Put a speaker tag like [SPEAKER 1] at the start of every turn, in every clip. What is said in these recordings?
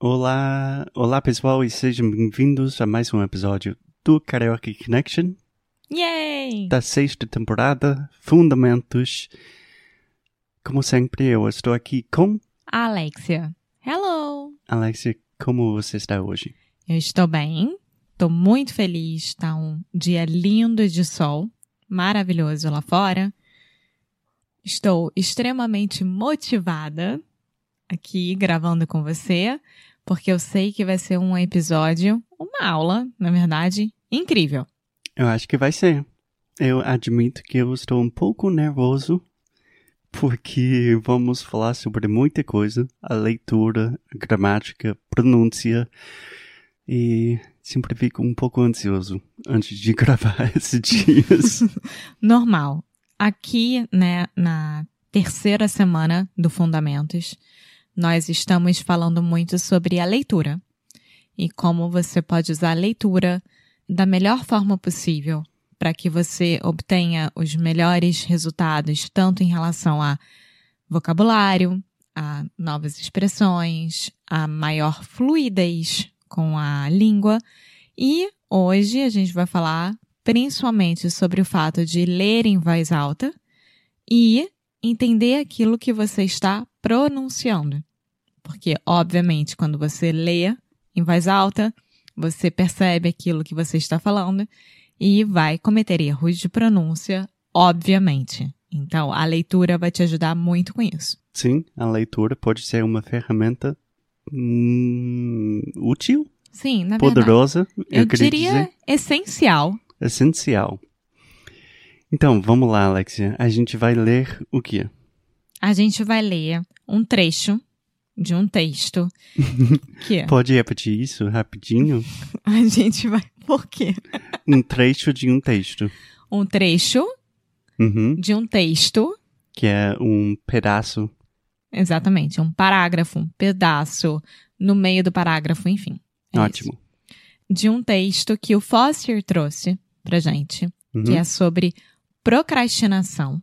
[SPEAKER 1] Olá, olá pessoal e sejam bem-vindos a mais um episódio do Karaoke Connection
[SPEAKER 2] Yay!
[SPEAKER 1] da sexta temporada Fundamentos. Como sempre, eu estou aqui com
[SPEAKER 2] Alexia, hello!
[SPEAKER 1] Alexia. Como você está hoje?
[SPEAKER 2] Eu estou bem, estou muito feliz, está um dia lindo de sol, maravilhoso lá fora. Estou extremamente motivada aqui gravando com você, porque eu sei que vai ser um episódio, uma aula, na verdade, incrível.
[SPEAKER 1] Eu acho que vai ser. Eu admito que eu estou um pouco nervoso, porque vamos falar sobre muita coisa: a leitura, a gramática, a pronúncia, e sempre fico um pouco ansioso antes de gravar esses dias.
[SPEAKER 2] Normal. Aqui, né, na terceira semana do Fundamentos, nós estamos falando muito sobre a leitura e como você pode usar a leitura da melhor forma possível para que você obtenha os melhores resultados, tanto em relação a vocabulário, a novas expressões, a maior fluidez com a língua. E hoje a gente vai falar principalmente sobre o fato de ler em voz alta e entender aquilo que você está pronunciando. Porque, obviamente, quando você lê em voz alta, você percebe aquilo que você está falando e vai cometer erros de pronúncia, obviamente. Então, a leitura vai te ajudar muito com isso.
[SPEAKER 1] Sim, a leitura pode ser uma ferramenta hum, útil,
[SPEAKER 2] Sim, na É verdade.
[SPEAKER 1] poderosa, eu,
[SPEAKER 2] Eu
[SPEAKER 1] queria
[SPEAKER 2] diria
[SPEAKER 1] dizer,
[SPEAKER 2] essencial.
[SPEAKER 1] essencial. Então, vamos lá, Alexia. A gente vai ler o quê?
[SPEAKER 2] A gente vai ler um trecho de um texto que
[SPEAKER 1] Pode repetir isso rapidinho?
[SPEAKER 2] a gente vai. Por quê?
[SPEAKER 1] Um trecho de um texto,
[SPEAKER 2] Um trecho
[SPEAKER 1] Uhum,
[SPEAKER 2] de um texto,
[SPEAKER 1] que é um
[SPEAKER 2] É
[SPEAKER 1] pedaço.
[SPEAKER 2] exatamente, um parágrafo, um pedaço, no meio do parágrafo, enfim. é isso.
[SPEAKER 1] Ótimo.
[SPEAKER 2] De um texto que o Foster trouxe pra gente,
[SPEAKER 1] Uhum.
[SPEAKER 2] que é sobre procrastinação.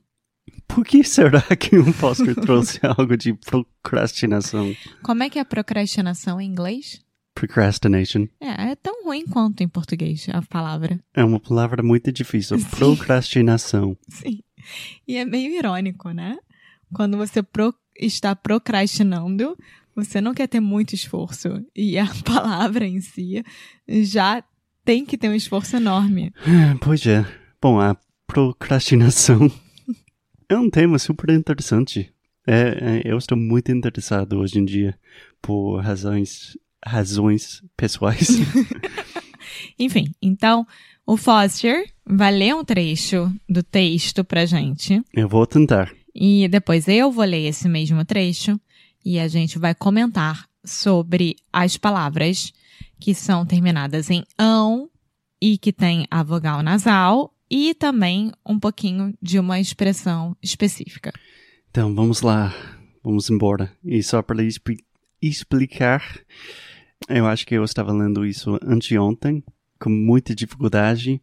[SPEAKER 1] Por que será que o Foster trouxe algo de procrastinação?
[SPEAKER 2] Como é que é procrastinação em inglês?
[SPEAKER 1] Procrastination
[SPEAKER 2] É, é tão ruim quanto em português a palavra.
[SPEAKER 1] é uma palavra muito difícil.
[SPEAKER 2] Sim.
[SPEAKER 1] Procrastinação.
[SPEAKER 2] Sim. E é meio irônico, né? Quando você pro- está procrastinando, você não quer ter muito esforço. E a palavra em si já tem que ter um esforço enorme.
[SPEAKER 1] Ah, Pois é. Bom, a procrastinação é um tema super interessante. É, é, eu estou muito interessado hoje em dia por razões, razões pessoais.
[SPEAKER 2] Enfim, então o Foster vai ler um trecho do texto pra gente.
[SPEAKER 1] eu vou tentar.
[SPEAKER 2] E depois eu vou ler esse mesmo trecho e a gente vai comentar sobre as palavras que são terminadas em ão e que tem a vogal nasal e também um pouquinho de uma expressão específica.
[SPEAKER 1] Então vamos lá, vamos embora. E só para expli- explicar, eu acho que eu estava lendo isso anteontem, com muita dificuldade.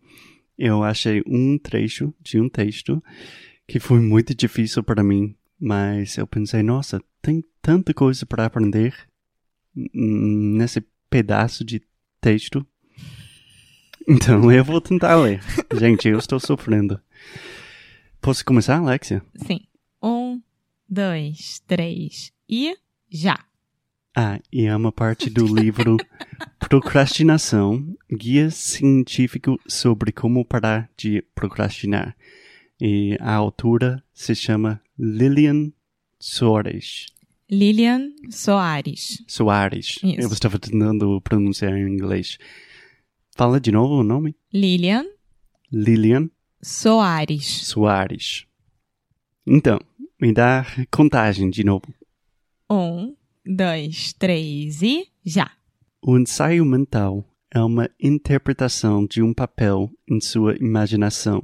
[SPEAKER 1] Eu achei um trecho de um texto que foi muito difícil para mim, mas eu pensei, nossa, tem tanta coisa para aprender n- nesse pedaço de texto. Então eu vou tentar ler. Gente, eu estou sofrendo. Posso começar, Alexia?
[SPEAKER 2] Sim. Um, dois, três e já.
[SPEAKER 1] Ah, e é uma parte do livro Procrastinação, Guia Científico sobre como parar de procrastinar, E a autora se chama Lilian Soares.
[SPEAKER 2] Lilian Soares.
[SPEAKER 1] Soares.
[SPEAKER 2] Isso.
[SPEAKER 1] Eu estava tentando pronunciar em inglês. Fala de novo o nome?
[SPEAKER 2] Lilian
[SPEAKER 1] Lilian
[SPEAKER 2] Soares.
[SPEAKER 1] Soares. Então, me dá contagem de novo.
[SPEAKER 2] Um, dois, três e já.
[SPEAKER 1] O ensaio mental é uma interpretação de um papel em sua imaginação.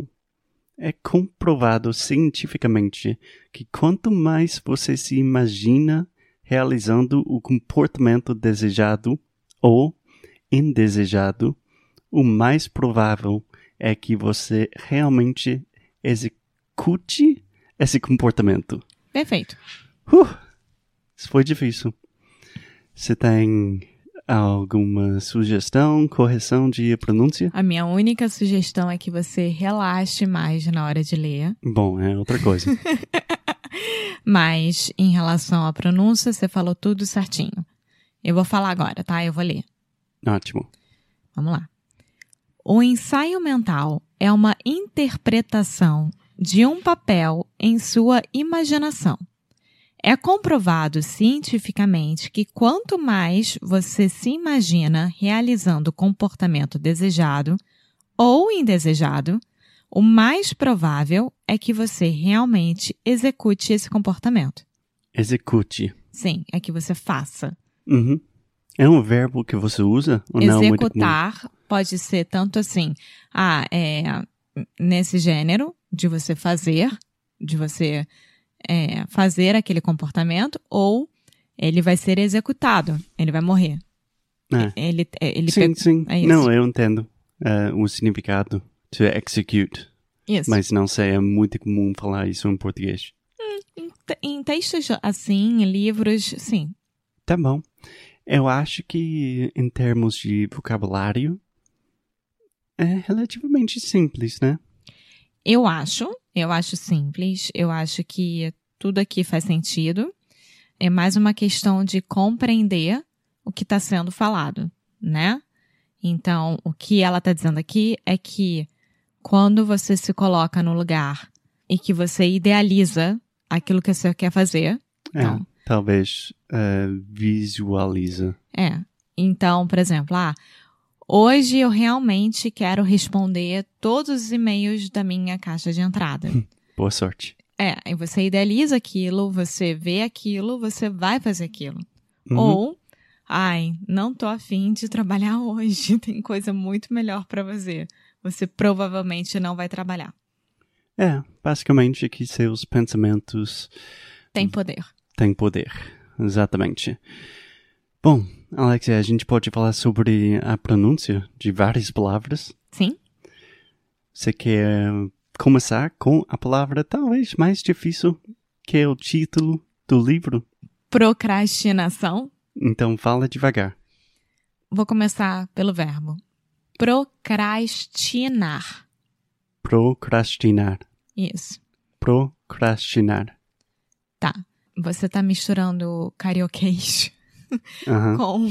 [SPEAKER 1] É comprovado cientificamente que quanto mais você se imagina realizando o comportamento desejado ou indesejado, o mais provável é que você realmente execute esse comportamento.
[SPEAKER 2] Perfeito.
[SPEAKER 1] Uh, isso foi difícil. Você tem alguma sugestão, correção de pronúncia?
[SPEAKER 2] A minha única sugestão é que você relaxe mais na hora de ler.
[SPEAKER 1] Bom, é outra coisa.
[SPEAKER 2] Mas em relação à pronúncia, você falou tudo certinho. Eu vou falar agora, tá? Eu vou ler.
[SPEAKER 1] Ótimo.
[SPEAKER 2] Vamos lá. O ensaio mental é uma interpretação de um papel em sua imaginação. É comprovado cientificamente que quanto mais você se imagina realizando o comportamento desejado ou indesejado, o mais provável é que você realmente execute esse comportamento.
[SPEAKER 1] Execute.
[SPEAKER 2] Sim, é que você faça.
[SPEAKER 1] Uhum. É um verbo que você usa ou não? é muito comum?
[SPEAKER 2] Executar pode ser tanto assim, ah, é, nesse gênero de você fazer, de você é, fazer aquele comportamento, ou ele vai ser executado, ele vai morrer.
[SPEAKER 1] É.
[SPEAKER 2] Ele, é, ele
[SPEAKER 1] Sim,
[SPEAKER 2] pegou-
[SPEAKER 1] sim.
[SPEAKER 2] é isso.
[SPEAKER 1] Não, eu entendo é, o significado to execute.
[SPEAKER 2] Isso.
[SPEAKER 1] Mas não sei, é muito comum falar isso em português.
[SPEAKER 2] Em, te- em textos assim, em livros, sim.
[SPEAKER 1] Tá bom. Eu acho que em termos de vocabulário é relativamente simples, né?
[SPEAKER 2] Eu acho, eu acho simples, eu acho que tudo aqui faz sentido. É mais uma questão de compreender o que está sendo falado, né? Então, o que ela está dizendo aqui é que quando você se coloca no lugar e que você idealiza aquilo que você quer fazer,
[SPEAKER 1] É,
[SPEAKER 2] Então.
[SPEAKER 1] talvez é, visualiza.
[SPEAKER 2] é. Então, por exemplo, ah, hoje eu realmente quero responder todos os e-mails da minha caixa de entrada.
[SPEAKER 1] Boa sorte.
[SPEAKER 2] É, aí você idealiza aquilo, você vê aquilo, você vai fazer aquilo.
[SPEAKER 1] Uhum.
[SPEAKER 2] Ou, ai, não tô afim de trabalhar hoje, tem coisa muito melhor pra fazer. Você provavelmente não vai trabalhar.
[SPEAKER 1] É, basicamente que seus pensamentos Uhum.
[SPEAKER 2] Tem poder.
[SPEAKER 1] têm poder. Exatamente. Bom, Alexia, a gente pode falar sobre a pronúncia de várias palavras.
[SPEAKER 2] Sim?
[SPEAKER 1] Você quer começar com a palavra talvez mais difícil, que é o título do livro?
[SPEAKER 2] Procrastinação.
[SPEAKER 1] Então fala devagar.
[SPEAKER 2] Vou começar pelo verbo. Procrastinar.
[SPEAKER 1] Procrastinar.
[SPEAKER 2] Isso.
[SPEAKER 1] Procrastinar.
[SPEAKER 2] Você tá misturando carioquês
[SPEAKER 1] Aham.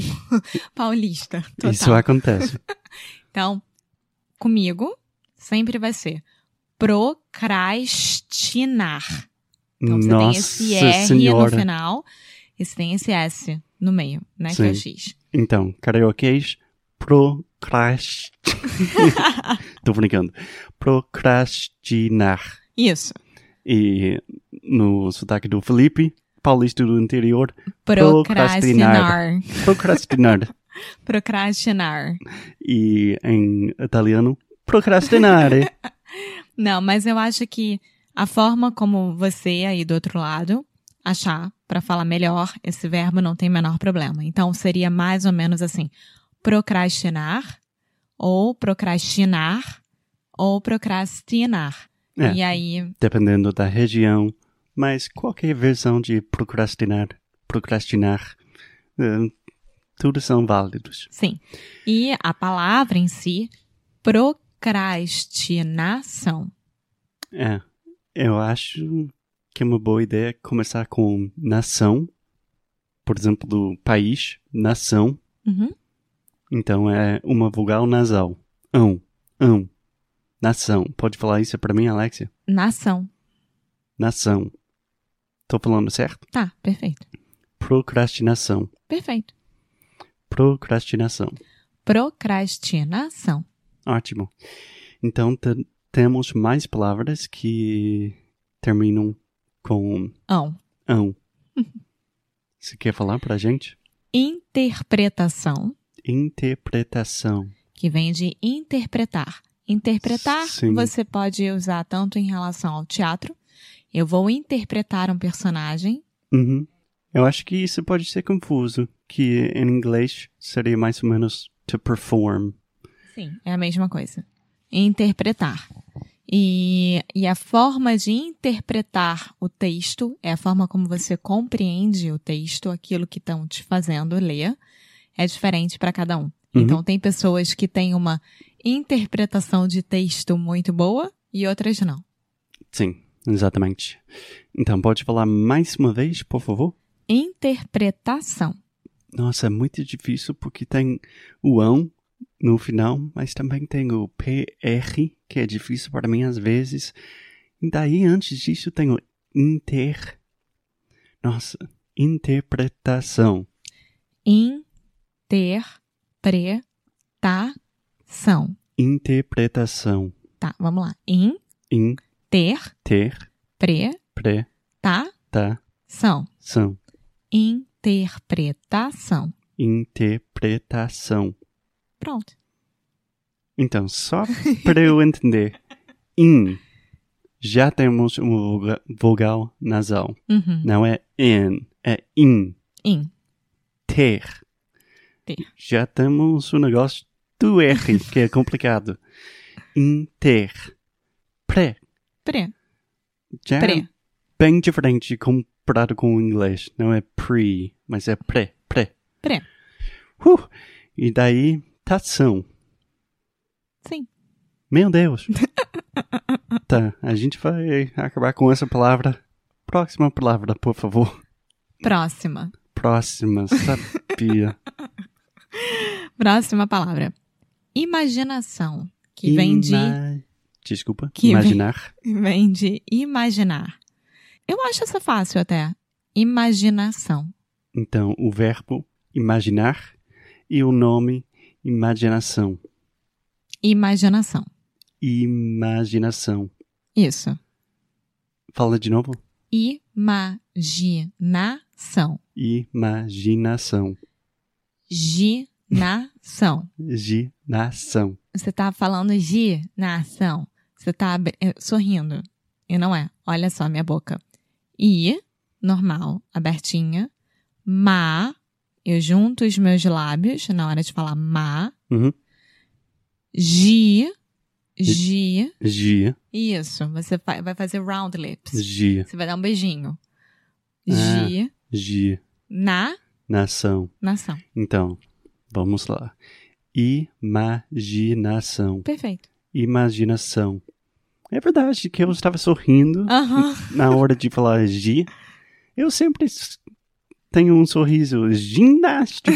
[SPEAKER 2] com paulista. Total.
[SPEAKER 1] Isso é acontece.
[SPEAKER 2] Então, comigo sempre vai ser procrastinar. Então você
[SPEAKER 1] Nossa
[SPEAKER 2] tem esse R
[SPEAKER 1] senhora.
[SPEAKER 2] no final e você tem esse S no meio, né? Que é o X.
[SPEAKER 1] Então, karaokês, procrast... Tô brincando. Procrastinar.
[SPEAKER 2] Isso.
[SPEAKER 1] E no sotaque do Felipe, paulista do interior,
[SPEAKER 2] Procrastinar.
[SPEAKER 1] Procrastinar. procrastinar.
[SPEAKER 2] Procrastinar.
[SPEAKER 1] e em italiano, procrastinare.
[SPEAKER 2] Não, mas eu acho que a forma como você aí do outro lado achar pra falar melhor esse verbo não tem menor problema. Então seria mais ou menos assim: procrastinar ou procrastinar ou procrastinar.
[SPEAKER 1] É.
[SPEAKER 2] E aí,
[SPEAKER 1] Dependendo da região, mas qualquer versão de procrastinar, procrastinar, eh, tudo são válidos.
[SPEAKER 2] sim. E a palavra em si, procrastinação.
[SPEAKER 1] É, eu acho que é uma boa ideia começar com nação, por exemplo, do país, nação.
[SPEAKER 2] Uhum.
[SPEAKER 1] Então é uma vogal nasal. Ão, ão, nação. Pode falar isso pra mim, Alexia?
[SPEAKER 2] Nação.
[SPEAKER 1] Nação. Tô falando certo?
[SPEAKER 2] Tá, perfeito.
[SPEAKER 1] Procrastinação.
[SPEAKER 2] Perfeito.
[SPEAKER 1] Procrastinação.
[SPEAKER 2] Procrastinação.
[SPEAKER 1] Ótimo. Então te- temos mais palavras que terminam com
[SPEAKER 2] Ão.
[SPEAKER 1] ão. Você quer falar pra gente?
[SPEAKER 2] Interpretação,
[SPEAKER 1] Interpretação.
[SPEAKER 2] que vem de interpretar. Interpretar
[SPEAKER 1] Sim.
[SPEAKER 2] você pode usar tanto em relação ao teatro. Eu vou interpretar um personagem.
[SPEAKER 1] Uhum. Eu acho que isso pode ser confuso, que em inglês seria mais ou menos to perform.
[SPEAKER 2] Sim, é a mesma coisa. Interpretar. E, e a forma de interpretar o texto é a forma como você compreende o texto, aquilo que estão te fazendo ler, é diferente para cada um.
[SPEAKER 1] Uhum.
[SPEAKER 2] Então, tem pessoas que têm uma interpretação de texto muito boa e outras não.
[SPEAKER 1] Sim, exatamente. Então pode falar mais uma vez, por favor?
[SPEAKER 2] Interpretação.
[SPEAKER 1] Nossa, é muito difícil porque tem o ão no final, mas também tem o PR, que é difícil para mim às vezes. E daí antes disso tem o inter. Nossa, interpretação.
[SPEAKER 2] Interpretação.
[SPEAKER 1] Interpretação.
[SPEAKER 2] Tá, vamos lá. Interpretação.
[SPEAKER 1] Interpretação.
[SPEAKER 2] Interpretação.
[SPEAKER 1] Interpretação.
[SPEAKER 2] Pronto.
[SPEAKER 1] Então, só para eu entender. In. Já temos uma voga- vogal nasal.
[SPEAKER 2] Uhum.
[SPEAKER 1] Não é in, é in.
[SPEAKER 2] In.
[SPEAKER 1] Ter.
[SPEAKER 2] Ter.
[SPEAKER 1] Já temos o negócio do R, que é complicado. Inter. Pre.
[SPEAKER 2] Pre.
[SPEAKER 1] Já é
[SPEAKER 2] Pre.
[SPEAKER 1] bem diferente comparado com o inglês. Não é pre, mas é pre. Pre.
[SPEAKER 2] Pre.
[SPEAKER 1] Uh, e daí, tação.
[SPEAKER 2] Sim.
[SPEAKER 1] Meu Deus. tá, a gente vai acabar com essa palavra. Próxima palavra, por favor.
[SPEAKER 2] Próxima.
[SPEAKER 1] Próxima, sabia.
[SPEAKER 2] Próxima palavra. Imaginação. Que vem de.
[SPEAKER 1] Ima- Desculpa,
[SPEAKER 2] Que vem-
[SPEAKER 1] imaginar.
[SPEAKER 2] Vem de imaginar. Eu acho essa fácil até. Imaginação.
[SPEAKER 1] Então, o verbo imaginar e o nome imaginação.
[SPEAKER 2] Imaginação.
[SPEAKER 1] Imaginação.
[SPEAKER 2] Isso.
[SPEAKER 1] Fala de novo.
[SPEAKER 2] Imaginação.
[SPEAKER 1] Imaginação.
[SPEAKER 2] Ginação.
[SPEAKER 1] Ginação.
[SPEAKER 2] Você tá falando ginação. Você tá ab- eh, sorrindo. E não é. Olha só minha boca. I, normal, abertinha. Ma, eu junto os meus lábios na hora de falar ma.
[SPEAKER 1] Uhum.
[SPEAKER 2] Gi, gi.
[SPEAKER 1] Gia.
[SPEAKER 2] Isso. Você fa- vai fazer round lips.
[SPEAKER 1] Gia.
[SPEAKER 2] Você vai dar um beijinho.
[SPEAKER 1] Ah.
[SPEAKER 2] Gi,
[SPEAKER 1] Gia.
[SPEAKER 2] na,
[SPEAKER 1] Nação.
[SPEAKER 2] nação.
[SPEAKER 1] Então, vamos lá. Imaginação.
[SPEAKER 2] Perfeito.
[SPEAKER 1] Imaginação. É verdade que eu estava sorrindo
[SPEAKER 2] Aham.
[SPEAKER 1] na hora de falar gi. Eu sempre s- tenho um sorriso ginástico.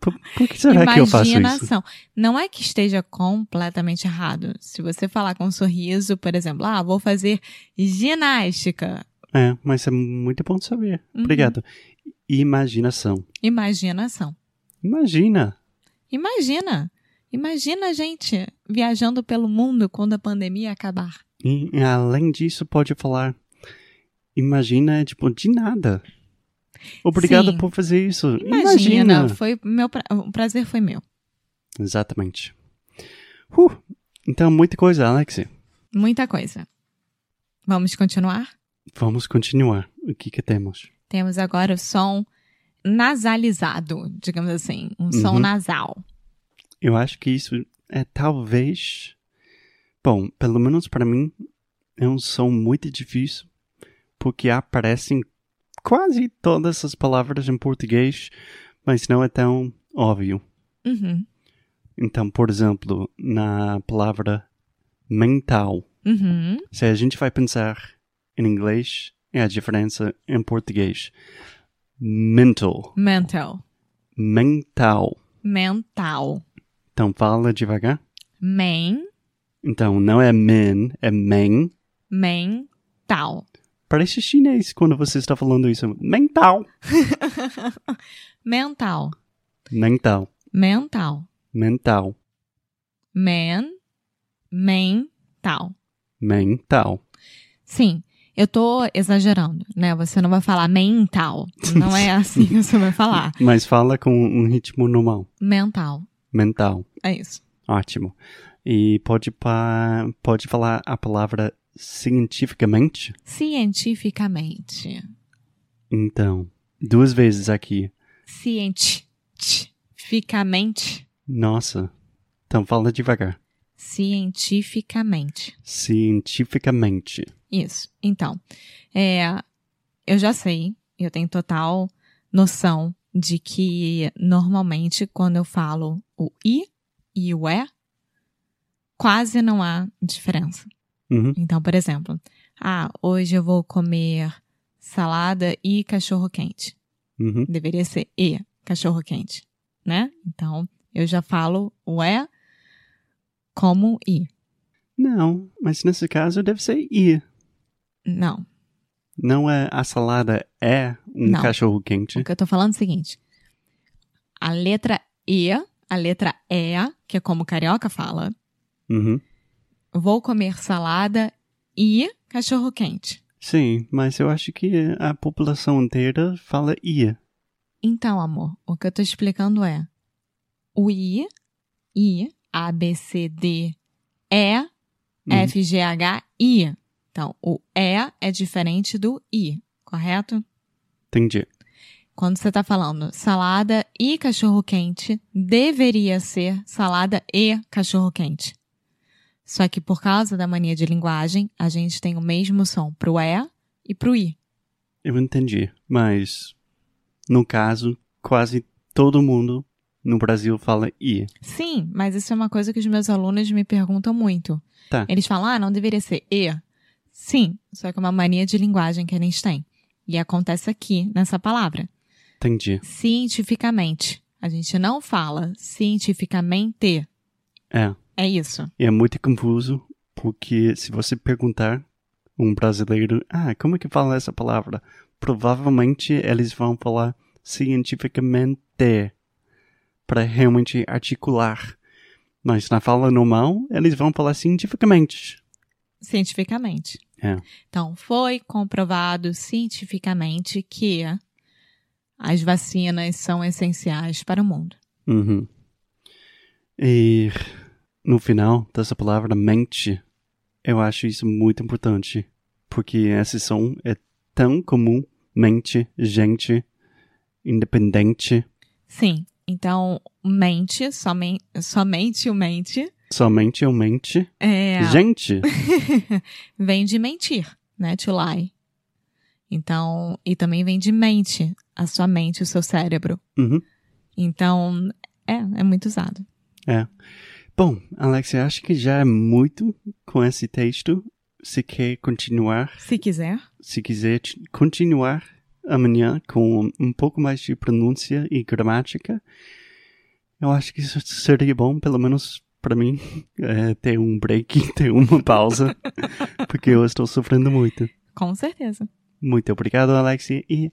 [SPEAKER 1] Por, por que será que eu faço isso?
[SPEAKER 2] Imaginação. Não é que esteja completamente errado. Se você falar com um sorriso, por exemplo, ah, vou fazer ginástica.
[SPEAKER 1] É, mas é muito bom saber.
[SPEAKER 2] Uhum.
[SPEAKER 1] Obrigado. Imaginação.
[SPEAKER 2] Imaginação.
[SPEAKER 1] Imagina.
[SPEAKER 2] Imagina. Imagina a gente viajando pelo mundo quando a pandemia acabar.
[SPEAKER 1] E além disso, pode falar. Imagina é tipo de nada. Obrigado
[SPEAKER 2] Sim.
[SPEAKER 1] por fazer isso.
[SPEAKER 2] Imagina. Foi meu pra- O prazer foi meu.
[SPEAKER 1] Exatamente. Uh, então, muita coisa, Alex.
[SPEAKER 2] Muita coisa. Vamos continuar?
[SPEAKER 1] Vamos continuar. O que que temos?
[SPEAKER 2] Temos agora o som nasalizado, digamos assim. Um som
[SPEAKER 1] Uhum.
[SPEAKER 2] nasal.
[SPEAKER 1] Eu acho que isso é talvez. Bom, pelo menos para mim, é um som muito difícil, porque aparecem quase todas as palavras em português, mas não é tão óbvio.
[SPEAKER 2] Uhum.
[SPEAKER 1] Então, por exemplo, na palavra mental,
[SPEAKER 2] Uhum.
[SPEAKER 1] se a gente vai pensar em inglês, é a diferença em português. Mental.
[SPEAKER 2] Mental.
[SPEAKER 1] Mental.
[SPEAKER 2] Mental.
[SPEAKER 1] Então, fala devagar.
[SPEAKER 2] Mental.
[SPEAKER 1] Então, não é men, é men.
[SPEAKER 2] Mental.
[SPEAKER 1] Parece chinês quando você está falando isso. Mental.
[SPEAKER 2] Mental.
[SPEAKER 1] Mental.
[SPEAKER 2] Mental.
[SPEAKER 1] Mental.
[SPEAKER 2] Man. Mental.
[SPEAKER 1] Mental.
[SPEAKER 2] Sim, eu tô exagerando, né? Você não vai falar mental. Não é assim que você vai falar.
[SPEAKER 1] Mas fala com um ritmo normal.
[SPEAKER 2] Mental.
[SPEAKER 1] Mental.
[SPEAKER 2] É isso.
[SPEAKER 1] Ótimo. E pode, pa... pode falar a palavra cientificamente?
[SPEAKER 2] Cientificamente.
[SPEAKER 1] Então, duas vezes aqui.
[SPEAKER 2] Cientificamente.
[SPEAKER 1] Nossa. Então fala devagar.
[SPEAKER 2] Cientificamente.
[SPEAKER 1] Cientificamente.
[SPEAKER 2] Isso. Então, é, eu já sei, eu tenho total noção de que normalmente quando eu falo o i e o é, quase não há diferença.
[SPEAKER 1] Uhum.
[SPEAKER 2] Então, por exemplo, ah, hoje eu vou comer salada e cachorro quente.
[SPEAKER 1] Uhum.
[SPEAKER 2] Deveria ser e cachorro quente, né? Então, eu já falo o é como i.
[SPEAKER 1] Não, mas nesse caso deve ser i.
[SPEAKER 2] Não,
[SPEAKER 1] Não é a salada é um
[SPEAKER 2] Não.
[SPEAKER 1] cachorro
[SPEAKER 2] o
[SPEAKER 1] quente.
[SPEAKER 2] que eu tô falando é o seguinte. A letra e, a letra é, que é como carioca fala,
[SPEAKER 1] Uhum.
[SPEAKER 2] vou comer salada e cachorro quente.
[SPEAKER 1] Sim, mas eu acho que a população inteira fala i.
[SPEAKER 2] Então, amor, o que eu tô explicando é o I, I, A, B, C, D, E,
[SPEAKER 1] Hum,
[SPEAKER 2] F, G, H, I. Então, o E é diferente do I, correto?
[SPEAKER 1] Entendi.
[SPEAKER 2] Quando você tá falando salada e cachorro quente, deveria ser salada e cachorro quente. Só que por causa da mania de linguagem, a gente tem o mesmo som pro E e pro I.
[SPEAKER 1] Eu entendi. Mas, no caso, quase todo mundo no Brasil fala i.
[SPEAKER 2] Sim, mas isso é uma coisa que os meus alunos me perguntam muito.
[SPEAKER 1] Tá.
[SPEAKER 2] Eles falam, ah, não deveria ser E. Sim, só que é uma mania de linguagem que eles têm. E acontece aqui, nessa palavra.
[SPEAKER 1] Entendi.
[SPEAKER 2] Cientificamente. A gente não fala cientificamente.
[SPEAKER 1] É.
[SPEAKER 2] É isso.
[SPEAKER 1] E é muito confuso, porque se você perguntar um brasileiro, ah, como é que fala essa palavra? Provavelmente eles vão falar cientificamente, para realmente articular. Mas na fala normal, eles vão falar cientificamente.
[SPEAKER 2] Cientificamente.
[SPEAKER 1] É.
[SPEAKER 2] Então, foi comprovado cientificamente que as vacinas são essenciais para o mundo.
[SPEAKER 1] Uhum. E no final dessa palavra mente, eu acho isso muito importante, porque esse som é tão comum, mente, gente, independente,
[SPEAKER 2] Sim. Então, mente, somente, somente o mente.
[SPEAKER 1] somente eu mente,
[SPEAKER 2] É,
[SPEAKER 1] gente,
[SPEAKER 2] vem de mentir, né? To lie. Então, e também vem de mente, a sua mente, o seu cérebro.
[SPEAKER 1] Uhum.
[SPEAKER 2] Então, é, é muito usado.
[SPEAKER 1] é. Bom, Alex, eu acho que já é muito com esse texto. Se quer continuar,
[SPEAKER 2] Se quiser.
[SPEAKER 1] se quiser t- continuar amanhã com um pouco mais de pronúncia e gramática, eu acho que isso seria bom, pelo menos para mim, eh, ter um break, ter uma pausa, porque eu estou sofrendo muito.
[SPEAKER 2] Com certeza.
[SPEAKER 1] Muito obrigado, Alex, e